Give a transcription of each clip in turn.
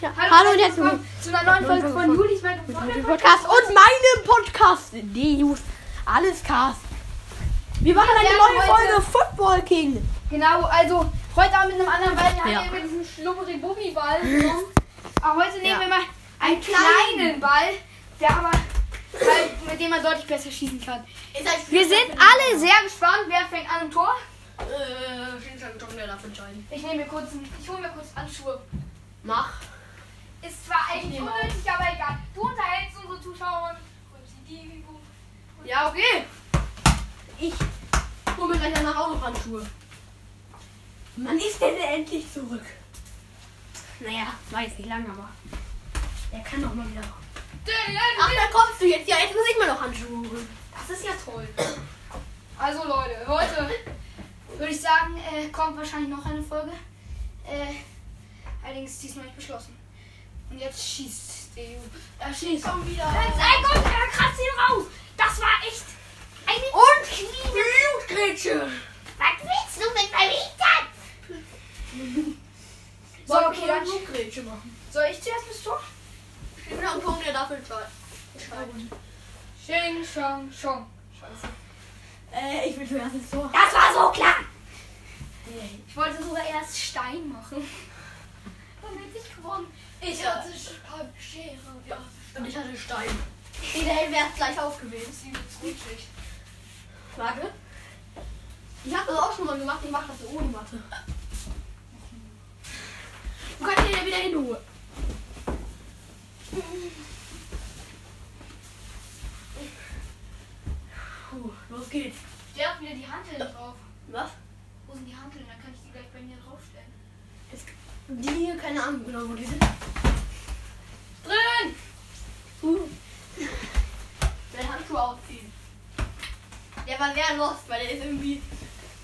Ja. Hallo, Hallo und und herzlich willkommen willkommen zu einer neuen Folge von Julis meine zum Freunde. Podcast und meinem Podcast, Deus, alles Cast. Wir machen eine Ja, neue heute- Folge Football King. Genau, also heute Abend mit einem anderen Ball, wir haben Ja. ja mit diesem schlummerigen Bubbi-Ball genommen. Aber heute nehmen Ja. wir mal einen kleinen Ball, der aber halt, mit dem man deutlich besser schießen kann. Wir sind alle sehr gespannt, wer fängt an im Tor. Äh, Schinschan John, der darf entscheiden. Ich nehme mir kurz, einen- ich hole mir kurz Handschuhe. Mach. Ist zwar eigentlich nehme unnötig, aber egal. Du unterhältst unsere Zuschauer und sie die Übung. Ja, okay. Ich hol mir gleich danach auch noch Handschuhe. Wann ist der denn endlich zurück? Naja, war jetzt nicht lang, aber. Der kann doch mal wieder. Ach, da kommst du jetzt. Ja, jetzt muss ich mir noch Handschuhe holen. Das ist ja toll. Also Leute, heute würde ich sagen, äh, kommt wahrscheinlich noch eine Folge. Äh, allerdings diesmal nicht beschlossen. Und jetzt schießt der Ju. Er schießt. Komm wieder. Ey, Gott, er kratzt ihn raus. Das war echt eine... Und Blutgrätsche. Was willst du mit meinem Hintern? So, okay, dann Blutgrätsche machen. soll ich zuerst bis Tor? Schinschan John, der darf entscheiden. Sching, Schong, Schong. Äh, ich will zuerst ins Tor. Das war so klar. Ich wollte sogar erst Stein machen. Damit ich gewonnen. Ich hatte Sch- Schere. Ja. Und ich hatte Stein. Ideell wäre es gleich aufgewählt. Die wird's rutschig. Warte. Oh, Ich habe das auch schon mal gemacht. Ich mache das ohne Matte. Du kannst ihn ja wieder hinholen. Puh, los geht's. Der hat wieder die Hanteln drauf. Was? Wo sind die Hanteln? Dann kann ich die gleich bei mir draufstellen. Die hier, keine Ahnung genau, wo die sind. Drin! Uh. Dein Handschuh aufziehen. Der war sehr lost, weil der ist irgendwie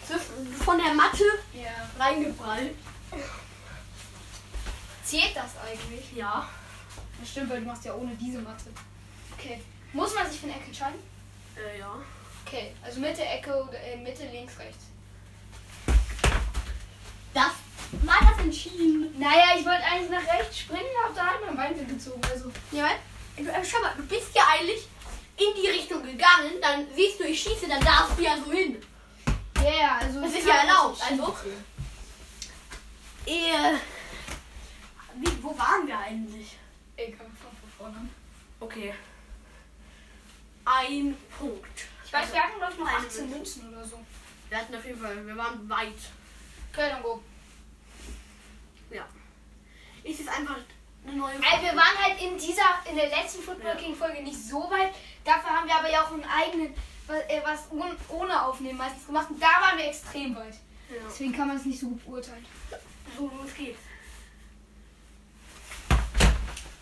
zwischen- von der Matte Ja. reingeprallt. Zählt das eigentlich? Ja. Das stimmt, weil du machst ja ohne diese Matte. Okay. Muss man sich für eine Ecke entscheiden? Äh, ja. Okay. Also Mitte, Ecke oder äh, Mitte, links, rechts. Das war das entschieden. Naja, ich wollte eigentlich nach rechts springen, aber da hat mein Bein gezogen. Also. Ja, weil, du, äh, schau mal, du bist ja eigentlich in die Richtung gegangen, dann siehst du, ich schieße, dann darfst du ja so hin. Ja, yeah, also. Das ich ist kann ja das erlaubt, nicht also. Äh, wie, wo waren wir eigentlich? schieben. Ey, komm, komm von vorne. an. Okay. Ein Punkt. Ich weiß, wir hatten, glaube ich, noch Eine 18 Münze. Münzen oder so. Wir hatten auf jeden Fall, wir waren weit. Okay, dann go. Ja. Ist jetzt einfach eine neue Ey, wir waren halt in dieser, in der letzten Football King Folge nicht so weit. Dafür haben wir aber ja auch einen eigenen, was, äh, was un, ohne Aufnehmen meistens gemacht. Und da waren wir extrem weit. Ja. Deswegen kann man es nicht so gut beurteilen. So, los geht's.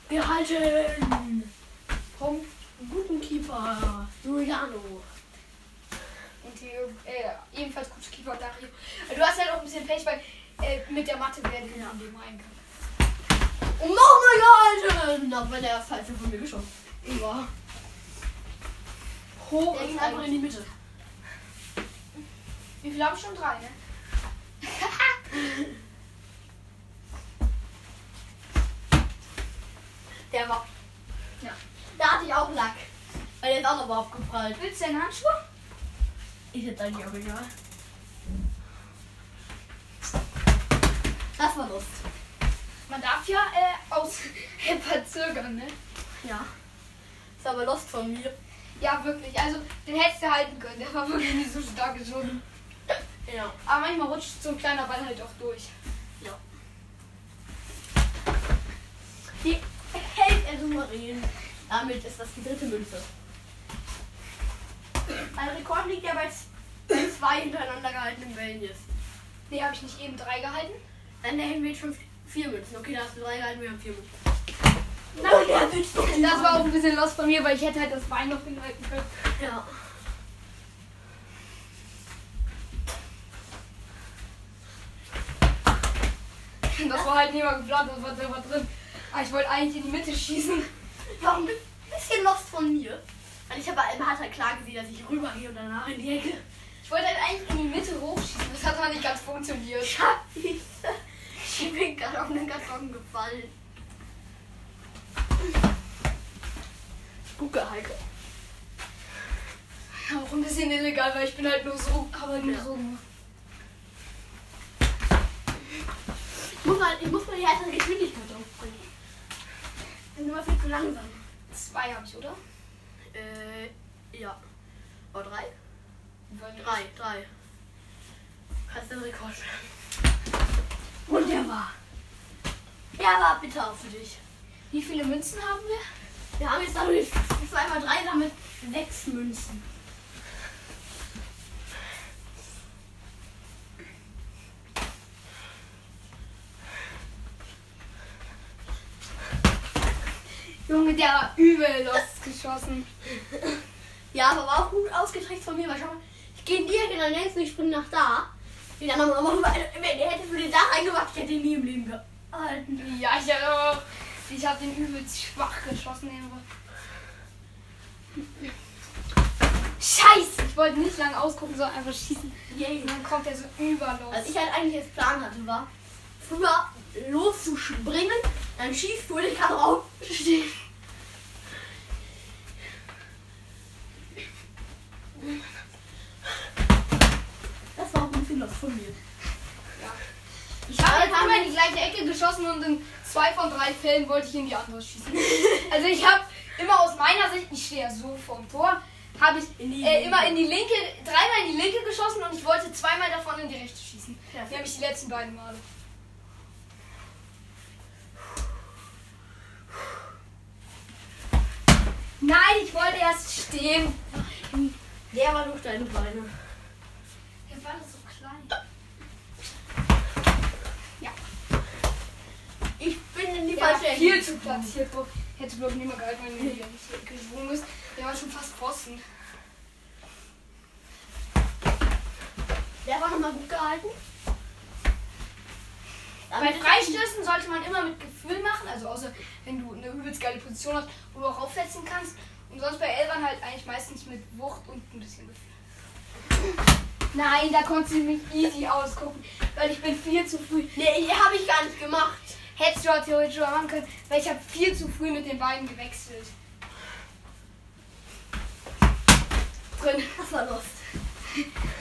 Wir halten Punkt. einen guten Keeper, Juliano. Und die, äh, ebenfalls gute Keeper Dario. Du hast halt auch ein bisschen Pech, weil äh, mit der Mathe werden wir in dem Eingang. Und Um nochmal gehalten! Aber der ist halt von mir geschossen. Über. Hoch Der und ging einfach in die Mitte. Wie viele haben wir schon? Drei, ne? Der war. Ja. Da hatte ich auch Lack. Weil der ist auch nochmal abgeprallt. Willst du deine Handschuhe? Ist jetzt eigentlich auch egal. Das war Lust. Man darf ja äh, aus verzögern, ne? Ja. Ist aber Lust von mir. Ja, wirklich. Also, den hättest du halten können. Der war wirklich nicht so stark geschoben. Ja. Aber manchmal rutscht so ein kleiner Ball halt auch durch. Die hält er souverän. Damit ist das die dritte Münze. Mein Rekord liegt ja bei z- bei zwei hintereinander gehaltenen Bällen jetzt. Nee, habe ich nicht eben drei gehalten. Dann hätten wir jetzt schon vier Münzen. Okay, da hast du drei gehalten, wir haben vier Münzen. Nein. der wünscht doch Das war auch ein bisschen los von mir, weil ich hätte halt das Bein noch hinhalten können. Ja. Das war halt nicht mal geplant, das war selber drin. Aber ich wollte eigentlich in die Mitte schießen. War ein bi- bisschen lost von mir. Weil ich habe man hat halt klar gesehen, dass ich rübergehe und danach in die Ecke. Ich wollte halt eigentlich in die Mitte hochschießen. Das hat aber nicht ganz funktioniert. Ich hab ich. Ich bin gerade auf einen Karton gefallen. Bucke, Heike. Auch ein bisschen illegal, weil ich bin halt nur so. Aber nur so. Ich muss mal, ich muss mal die heiße Geschwindigkeit aufbringen. Ich bin immer viel zu langsam. Zwei habe ich, oder? Äh, ja. Oh, drei? Weil- Drei, drei. Kannst den Rekord schreiben. Und der war. Er war bitter auf dich. Wie viele Münzen haben wir? Wir haben jetzt dadurch zweimal drei damit sechs Münzen. Junge, der war übel losgeschossen. Ja, aber war auch gut ausgetrickst von mir, weil schau mal, ich gehe diagonal links und ich springe nach da. Den anderen aber wenn der hätte für den da reingemacht, ich hätte ihn nie im Leben gehalten. Ja, ich hab auch. Ich hab den übelst schwach geschossen. den war- Scheiße! Ich wollte nicht lange ausgucken, sondern einfach schießen. Yay. Und dann kommt er so über los. Was ich halt eigentlich als Plan hatte, war, früher loszuspringen, dann schießt du und ich kann drauf stehen. Das war auch ein bisschen was von mir. Ich habe jetzt Alter. immer in die gleiche Ecke geschossen und in zwei von drei Fällen wollte ich in die andere schießen. Also ich habe immer aus meiner Sicht, ich stehe ja so vorm Tor, habe ich In die äh, immer in die linke, dreimal in die linke geschossen und ich wollte zweimal davon in die rechte schießen. Perfekt. Nämlich die letzten beiden Male. Nein, ich wollte erst stehen. Der war durch deine Beine. Der Ball ist so klein. Ich bin in die Der war falsche viel zu platziert. Bob. Hätte bloß niemand gehalten, wenn du hier nicht geschwungen bist. Der war schon fast Pfosten. Der war nochmal gut gehalten. Bei Damit Freistößen sollte man immer mit Gefühl machen, also außer wenn du eine übelst geile Position hast, wo du auch aufsetzen kannst. Und sonst bei Elbern halt eigentlich meistens mit Wucht und ein bisschen Gefühl. Nein, da konntest du mich easy ausgucken, weil ich bin viel zu früh. Nee, habe ich gar nicht gemacht. Hättest du auch theoretisch auch machen können, weil ich habe viel zu früh mit den Beinen gewechselt. Drin. Das war lost.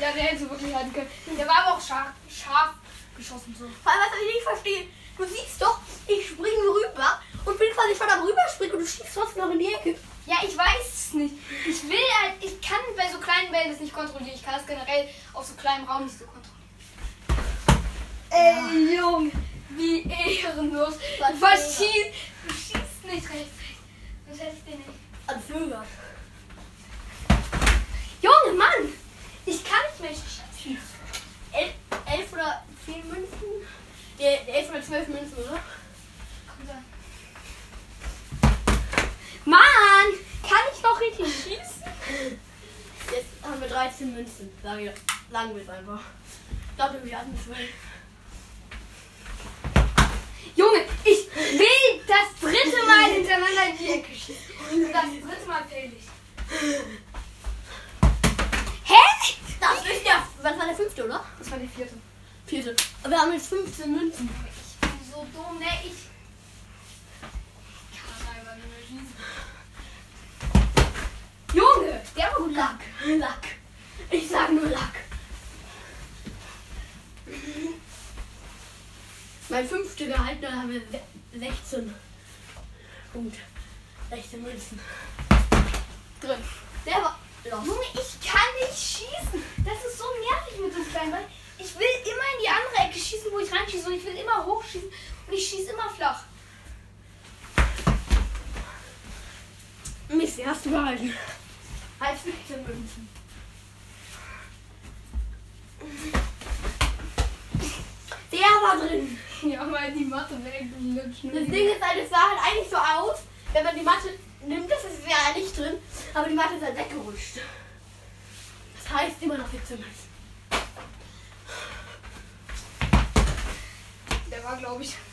Ja, der hättest du wirklich halten können. Der war aber auch scharf, scharf geschossen so. Vor allem, was ich nicht verstehe. Du siehst doch, ich springe rüber und bin quasi schon am Rüberspringen und du schießt trotzdem noch in die Ecke. Ja, ich weiß es nicht. Ich will halt, ich kann bei so kleinen Bällen das nicht kontrollieren. Ich kann das generell auf so kleinem Raum nicht so kontrollieren. Ey, Junge, wie ehrenlos. Was Du verschießt, du schießt nicht rechtzeitig. Sonst hätte ich den nicht. An Flöger. Junge, Mann, ich kann nicht mehr schießen. Elf, elf oder zehn Münzen? Nee, elf oder zwölf Münzen, oder? Komm da. Mann, kann ich noch richtig schießen? Jetzt haben wir 13 Münzen. Sagen wir, sagen wir es einfach. Ich glaube, wir hatten zwölf. Junge, ich will das dritte Mal hintereinander in die Ecke schießen. Und das dritte Mal fehl ich. Hä? Das ist ja. Was war der fünfte, oder? Das war die vierte. Vierte. Wir haben jetzt 15 Münzen. Ich bin so dumm, ne? Ich kann einfach nicht mehr schießen. Junge, der war gut lang. Lack. Lack. Ich sag nur Lack. Mein fünfte gehalten, dann haben wir se- 16. Gut. 16 Münzen. Drin. Der war. Los. Junge, ich kann nicht schießen. Das ist so nervig mit dem kleinen Ball. Ich will immer in die andere Ecke schießen, wo ich reinschieße. Und ich will immer hochschießen. Und ich schieße immer flach. Mist, den hast du gehalten. Halt 17 Münzen. Der war drin. Ja, mal die Matte weggelutschen. Das Ding ist halt, es sah halt eigentlich so aus, wenn man die Matte nimmt, das ist ja nicht drin, aber die Matte ist halt weggerutscht. Das heißt immer noch 17 Münzen. Der war, glaube ich.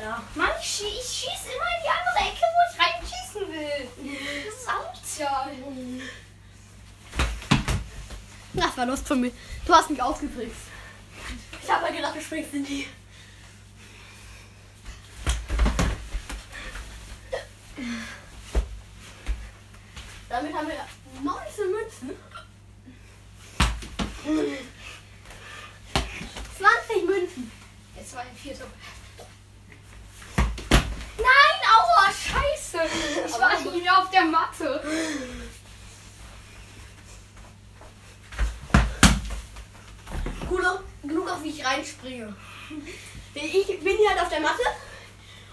Ja. Mann, ich, schie ich schieße immer in die andere Ecke, wo ich reinschießen will. Das ist asozial. Das war Lust von mir. Du hast mich aufgebrickst. Ich habe mal gedacht, du springst in die. Damit haben wir 19 Münzen. 20 Münzen. Jetzt war ein vierter. Nein, aua, Scheiße! Ich war nicht mehr auf der Matte. Cool, genug auf wie ich reinspringe. Ich bin hier halt auf der Matte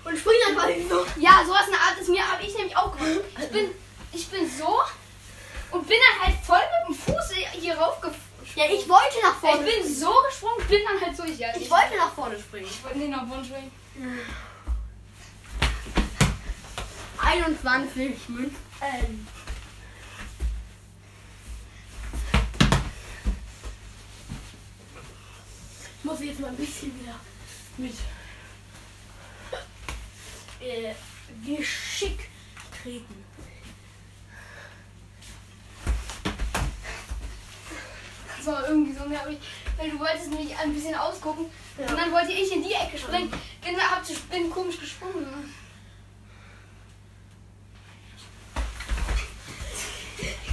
und springe dann quasi so. Ja, sowas in der Art ist mir, habe ich nämlich auch gemacht. Ich bin, ich bin so und bin dann halt voll mit dem Fuß hier raufgesprungen. Ja, ich wollte nach Ich vorne. bin so gesprungen, bin dann halt so hier. Ich wollte nach vorne springen. Ich wollte den auf Wunsch bringen. 21 Münzen. Ähm. Ich muss jetzt mal ein bisschen wieder mit äh, Geschick treten. Das war irgendwie so nervig, weil du wolltest mich ein bisschen ausgucken Ja. und dann wollte ich in die Ecke springen. Bin, da- hab, zu- bin komisch gesprungen.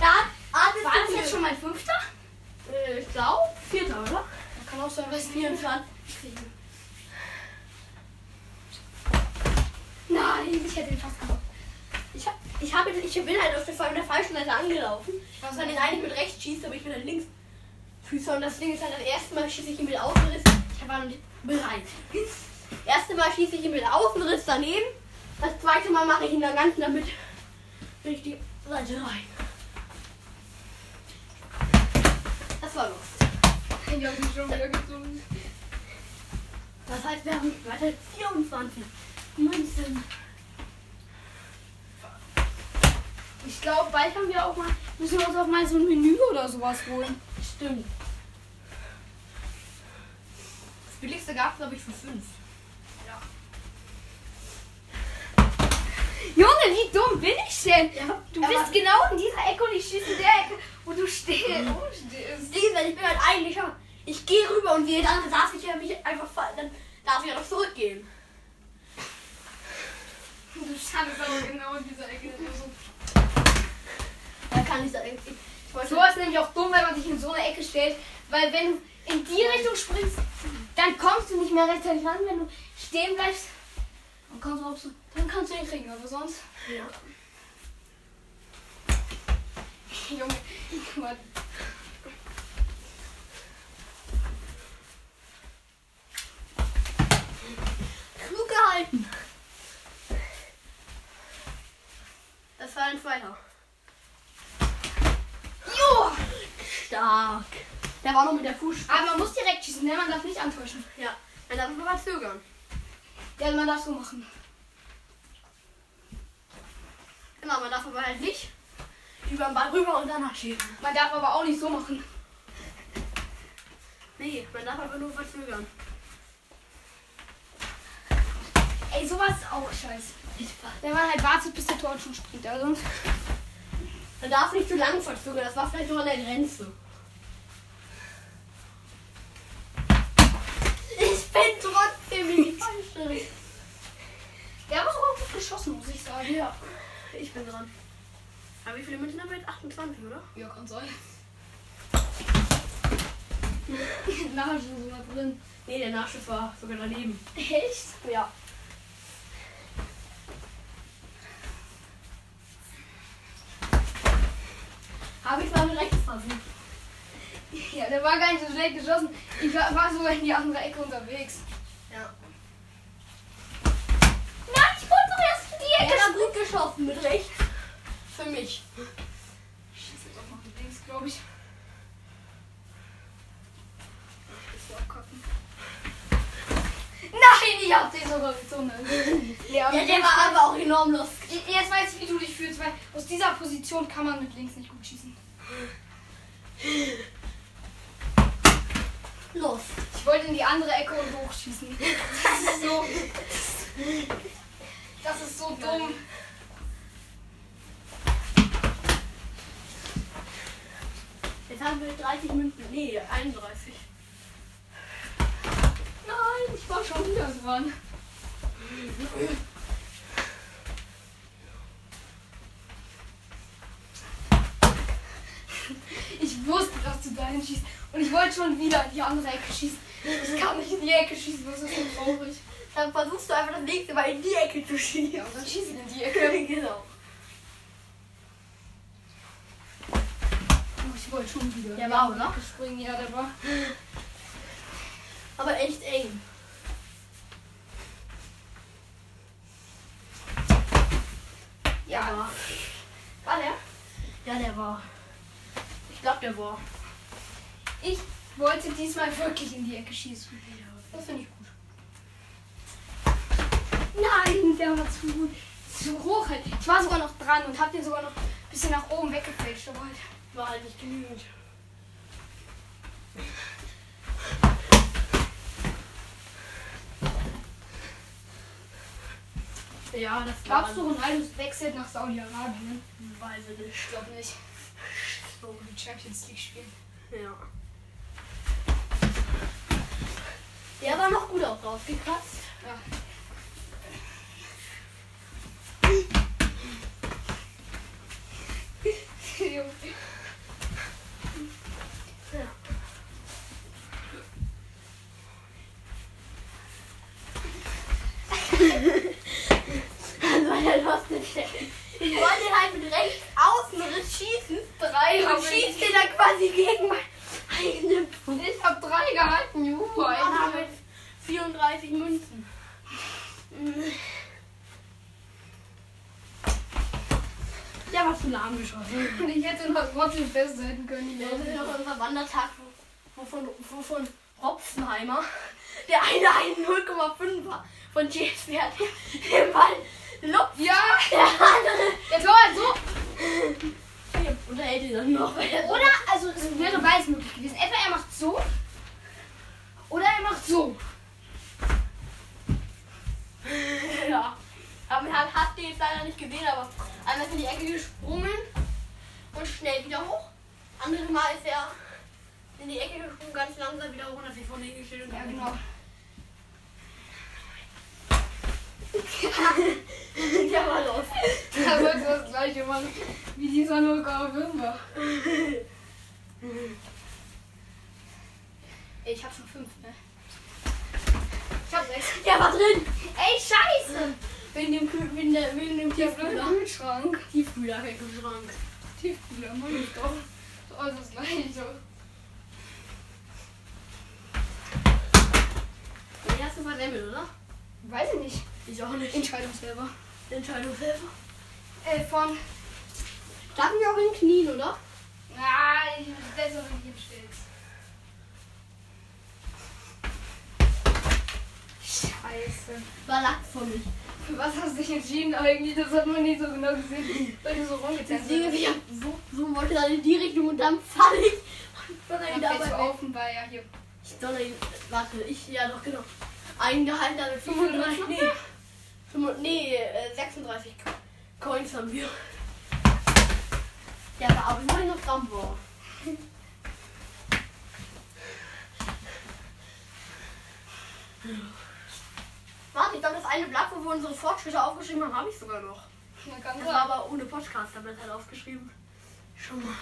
Da atmet War das jetzt schon mein fünfter? Äh, ich glaube, vierter, oder? Kann auch sein, was 24. Nein, ich hätte den fast gehabt. Ich, hab, ich, hab, ich bin halt auf der, von der falschen Seite angelaufen. Ich Was muss halt ich den eigentlich mit rechts schießen, aber ich bin halt links. Füße und das Ding ist halt, das erste Mal schieße ich ihn mit Außenriss. Ich war noch nicht bereit. Das erste Mal schieße ich ihn mit Außenriss daneben. Das zweite Mal mache ich ihn dann ganz damit durch die Seite rein. Das war los. hab ihn schon wieder gezogen. Das heißt, wir haben weiter 24 Münzen. Ich glaube, bald haben wir auch mal, müssen wir uns auch mal so ein Menü oder sowas holen. Stimmt. Das billigste gab es, glaube ich, für 5. Junge, wie dumm bin ich denn? Ja, Du aber- bist genau in dieser Ecke und ich schieße in der Ecke, wo du stehst. Das rumstehst. Ding ist, weil ich bin halt eigentlich schon. Ich gehe rüber und sehe, dann darf ich ja mich einfach fallen. Dann darf ich ja noch zurückgehen. Du standest aber genau in dieser Ecke. Da kann ich sagen, ich, ich wollte. So ist nämlich auch dumm, wenn man sich in so eine Ecke stellt, weil wenn du in die Richtung springst, dann kommst du nicht mehr rechtzeitig ran, wenn du stehen bleibst. Dann kannst du auch so, dann kannst du ihn kriegen, aber sonst. Ja. Junge, guck mal. Klug gehalten. Das war ein zweiter. Jo! Stark. Der war noch mit der Fuß. Aber man muss direkt schießen, ne? Man darf nicht antäuschen. Ja. Dann darf ich mal zögern. Ja, man darf so machen. Genau, man darf aber halt nicht über den Ball rüber und danach schießen. Man darf aber auch nicht so machen. Nee, man darf aber nur verzögern. Ey, sowas ist auch scheiße. Ich war- Wenn man halt wartet, bis der Tor schon springt. Also, Man darf nicht zu lange verzögern, das war vielleicht noch an der Grenze. Ich bin trotzdem in die falsche Richtung. der hat aber gut geschossen, muss ich sagen. Ja, ich bin dran. Aber wie viele Münzen haben wir jetzt? 28, oder? Ja, kann sein. Na, schon sogar drin. Nee, der Nachschuss war sogar daneben. Echt? Ja. Habe ich mal mit rechts versucht. Ja, der war gar nicht so schlecht geschossen. Ich war, war sogar in die andere Ecke unterwegs. Ja. Nein, ich wollte doch erst in die Er Ecke. hat gut geschossen mit rechts. Für mich. Ich schieße jetzt auch noch mit links, glaube ich. Ich will abkacken. Nein, ich hab den sogar gezogen. ja, Ja, der war aber auch enorm los. Jetzt weiß ich, wie du dich fühlst, weil aus dieser Position kann man mit links nicht gut schießen. Los. Ich wollte in die andere Ecke und hochschießen. Das ist so. Das ist so dumm. Jetzt haben wir 30 Münzen. Nee, 31. Nein, ich war schon wieder dran. Pfosten schießt. Und ich wollte schon wieder in die andere Ecke schießen. Ich kann nicht in die Ecke schießen, das ist so traurig. Dann versuchst du einfach das nächste Mal in die Ecke zu schießen. Ja, und dann schieße ich in die Ecke. genau. Oh, ich wollte schon wieder. Der war, oder? Springen, ja, der war. Aber echt eng. Ja. war. War der? Ja, der war. Ich glaube, der war. Ich wollte diesmal wirklich in die Ecke schießen. Das finde ich gut. Nein, der war zu gut. Zu hoch halt. Ich war sogar noch dran und hab den sogar noch ein bisschen nach oben weggefälscht. Aber halt. War halt nicht genügend. Ja, das Glaubst du, war- Ronaldo wechselt nach Saudi-Arabien? Weiß ich nicht. Ich glaube nicht. So, die Champions League spielen. Ja. Der war noch gut auch rausgekratzt. Ja. Junge. Das war der loste Check. Ich wollte den halt mit rechts Außenriss schießen Drei und habe schießt ich. den dann quasi gegen meine eigene Brust. Ich hab drei gehalten, Juhu. Mann, hab ich 34 Münzen. Der war zu lahm geschossen. Und ich hätte noch trotzdem festhalten können. die Das ist Leute. noch unser Wandertag, wovon, wovon Robstenheimer, der eine einen 0,5er von GSW hat, den Ball lupft, Ja, der andere der Torwart so. Und da hält ihn dann noch. Oder, also es wäre beides möglich gewesen. Entweder er macht so oder er macht so. Ja. Aber man hat, hat den jetzt leider nicht gesehen, aber einmal ist in die Ecke gesprungen und schnell wieder hoch. Anderes Mal ist er in die Ecke gesprungen, ganz langsam wieder hoch und hat sich vorne hingestellt. und- Ja, genau. Der war los. Da sollte das gleiche machen wie dieser 0,5er. Ey, Ich hab schon 5, ne? Ich hab 6. Der war drin. Ey, scheiße! Wegen dem, Kühl- wegen der, wegen dem Der blöde Tiefkühler. Kühlschrank. Tiefkühler weg im Schrank. Tiefkühler, Mann, ich doch. So, Also das gleiche. Den hast du versemmelt, oder? Weiß ich nicht. Ich auch nicht. Entscheidung selber. Entscheidung selber. Äh, von. Darf ich auch in den Knien, oder? Ah, ich bin besser, wenn ich ihn stillst. Scheiße. War Lack für mich. Für was hast du dich entschieden eigentlich? Das hat man nie so genau gesehen, weil du so Das rumgetanzt Ding ist, hast. ich hab so, so wollte dann in die Richtung und dann fall ich. Und dann Dann wieder fällst du dabei auf und war ja hier. Ich donner ihn. Warte, ich. Ja, doch, genau. Eingehalten damit 35. 35? Nee. 35, nee, äh, 36 Co- Coins haben wir. Ja, aber auch immerhin noch Rambo. Warte, ich glaube, das eine Blatt, wo wir unsere Fortschritte aufgeschrieben haben, habe ich sogar noch. Na, ganz Das war klar. aber ohne Podcast, damit halt aufgeschrieben. Schon mal.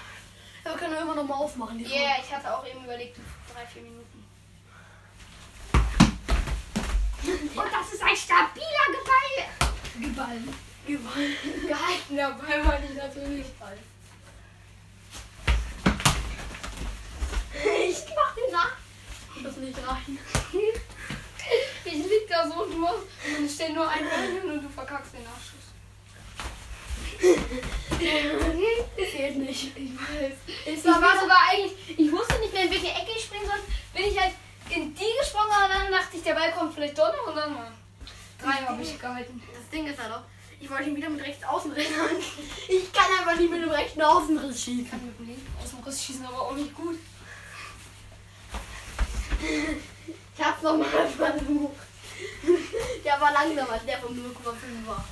Ja, wir können ja immer noch mal aufmachen. die Yeah, ich hatte auch eben überlegt, drei, vier Minuten. Und das ist ein stabiler Geball. Geball. Überall. Gehalten dabei war ich natürlich. Ich mach den nach. Das nicht rein. Ich lieg da so durch und ich stell nur einen Ball hin und du verkackst den Nachschuss. Geht nicht. Ich weiß. Ist Ich war sogar eigentlich, ich wusste nicht mehr, in welche Ecke ich springen soll. Bin ich halt in die gesprungen, aber dann dachte ich, der Ball kommt vielleicht doch noch und dann mal. Drei habe ich gehalten. das Ding ist halt auch, ich wollte ihn wieder mit rechts außen rennen. Ich kann einfach nicht mit dem rechten Außenriss Ich schießen. kann mit dem linken aus dem Riss schießen, aber auch nicht gut. Ich hab's nochmal versucht. Der war langsamer als der vom 0,5 war.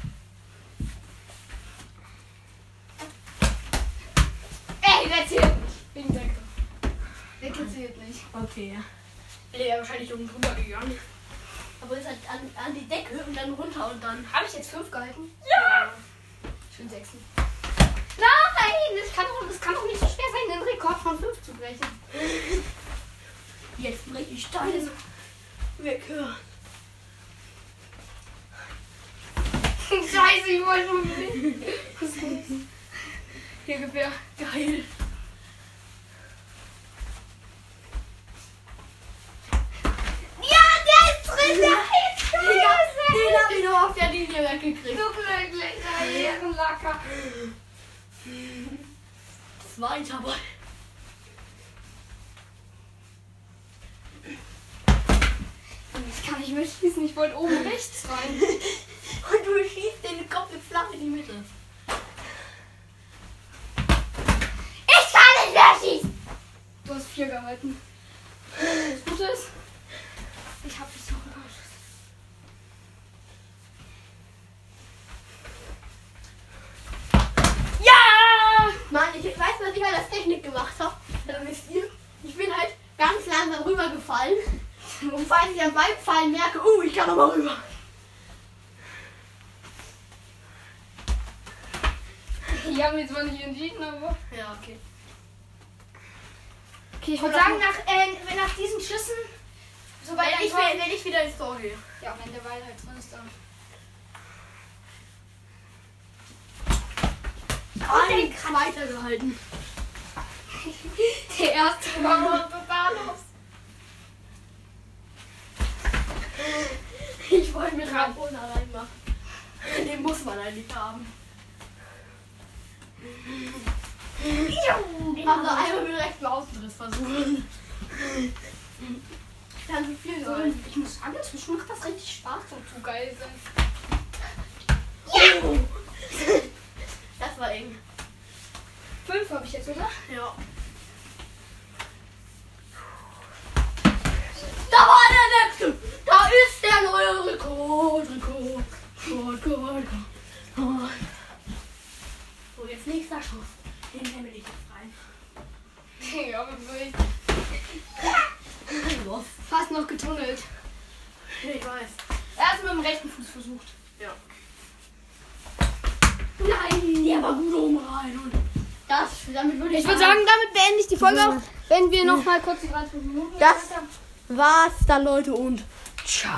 Ey, der zählt nicht. Wegen Decke. Decke zählt nicht. Okay, ja. Der wäre wahrscheinlich oben drüber gegangen. Aber ist halt an, an die Decke und dann runter und dann. Habe ich jetzt fünf gehalten? Ja! Ich bin sechsten. Nein! Nein, das kann doch, das kann doch nicht so schwer sein, den Rekord von 5 zu brechen. Jetzt breche ich Steine weg. Scheiße, ich wollte schon nicht. Hier ungefähr. Geil. Ja, der ist drin, der ist drin. Den hab ich noch auf der Linie weggekriegt. So glücklich, der Ehrenlacker. Zweiter Ball. Ich kann nicht mehr schießen, ich wollte oben rechts rein. Und du schießt den Kopf mit flach in die Mitte. Ich kann nicht mehr schießen! Du hast vier gehalten. Das Gute ist, ich habe jetzt noch ein paar Schüsse. Ja! Mann, ich weiß, was ich halt als Technik gemacht habe. Dann wisst ihr, ich bin halt ganz langsam rübergefallen. Und falls ich dann beim Fallen merke, oh, ich kann nochmal rüber. Ich habe mich zwar nicht entschieden, aber. Ja, okay. Okay, ich würde sagen, nach, äh, nach diesen Schüssen, sobald Wenn ein ich, Tor- wenn ich wieder ins Tor gehe. Ja, wenn der Ball halt drin ist, dann. Ein zweiter gehalten. Der erste war nur wahllos. Ich wollte mir Rabona reinmachen. Den muss man eigentlich haben. Also einmal mit rechten Außenriss versuchen. Ich kann so viel sollen. Ich muss sagen, inzwischen macht das richtig Spaß, so zu geil sein. Oh. Das war eng. Fünf habe ich jetzt, oder? Ja. Da war der letzte! Da ist der neue Rekord! Rekord! Rekord! Rekord! Rekord. So, jetzt nächster Schuss. Den nehme ich jetzt rein. Ja, aber wirklich. Los. Fast noch getunnelt. Ich weiß. Er hat mit dem rechten Fuß versucht. Ja. Nein, der war gut oben rein. Und das, damit würde ich, damit beende ich die Folge auch. Wenn wir noch mal kurz die 30 Minuten. Das- war's dann, Leute, und ciao.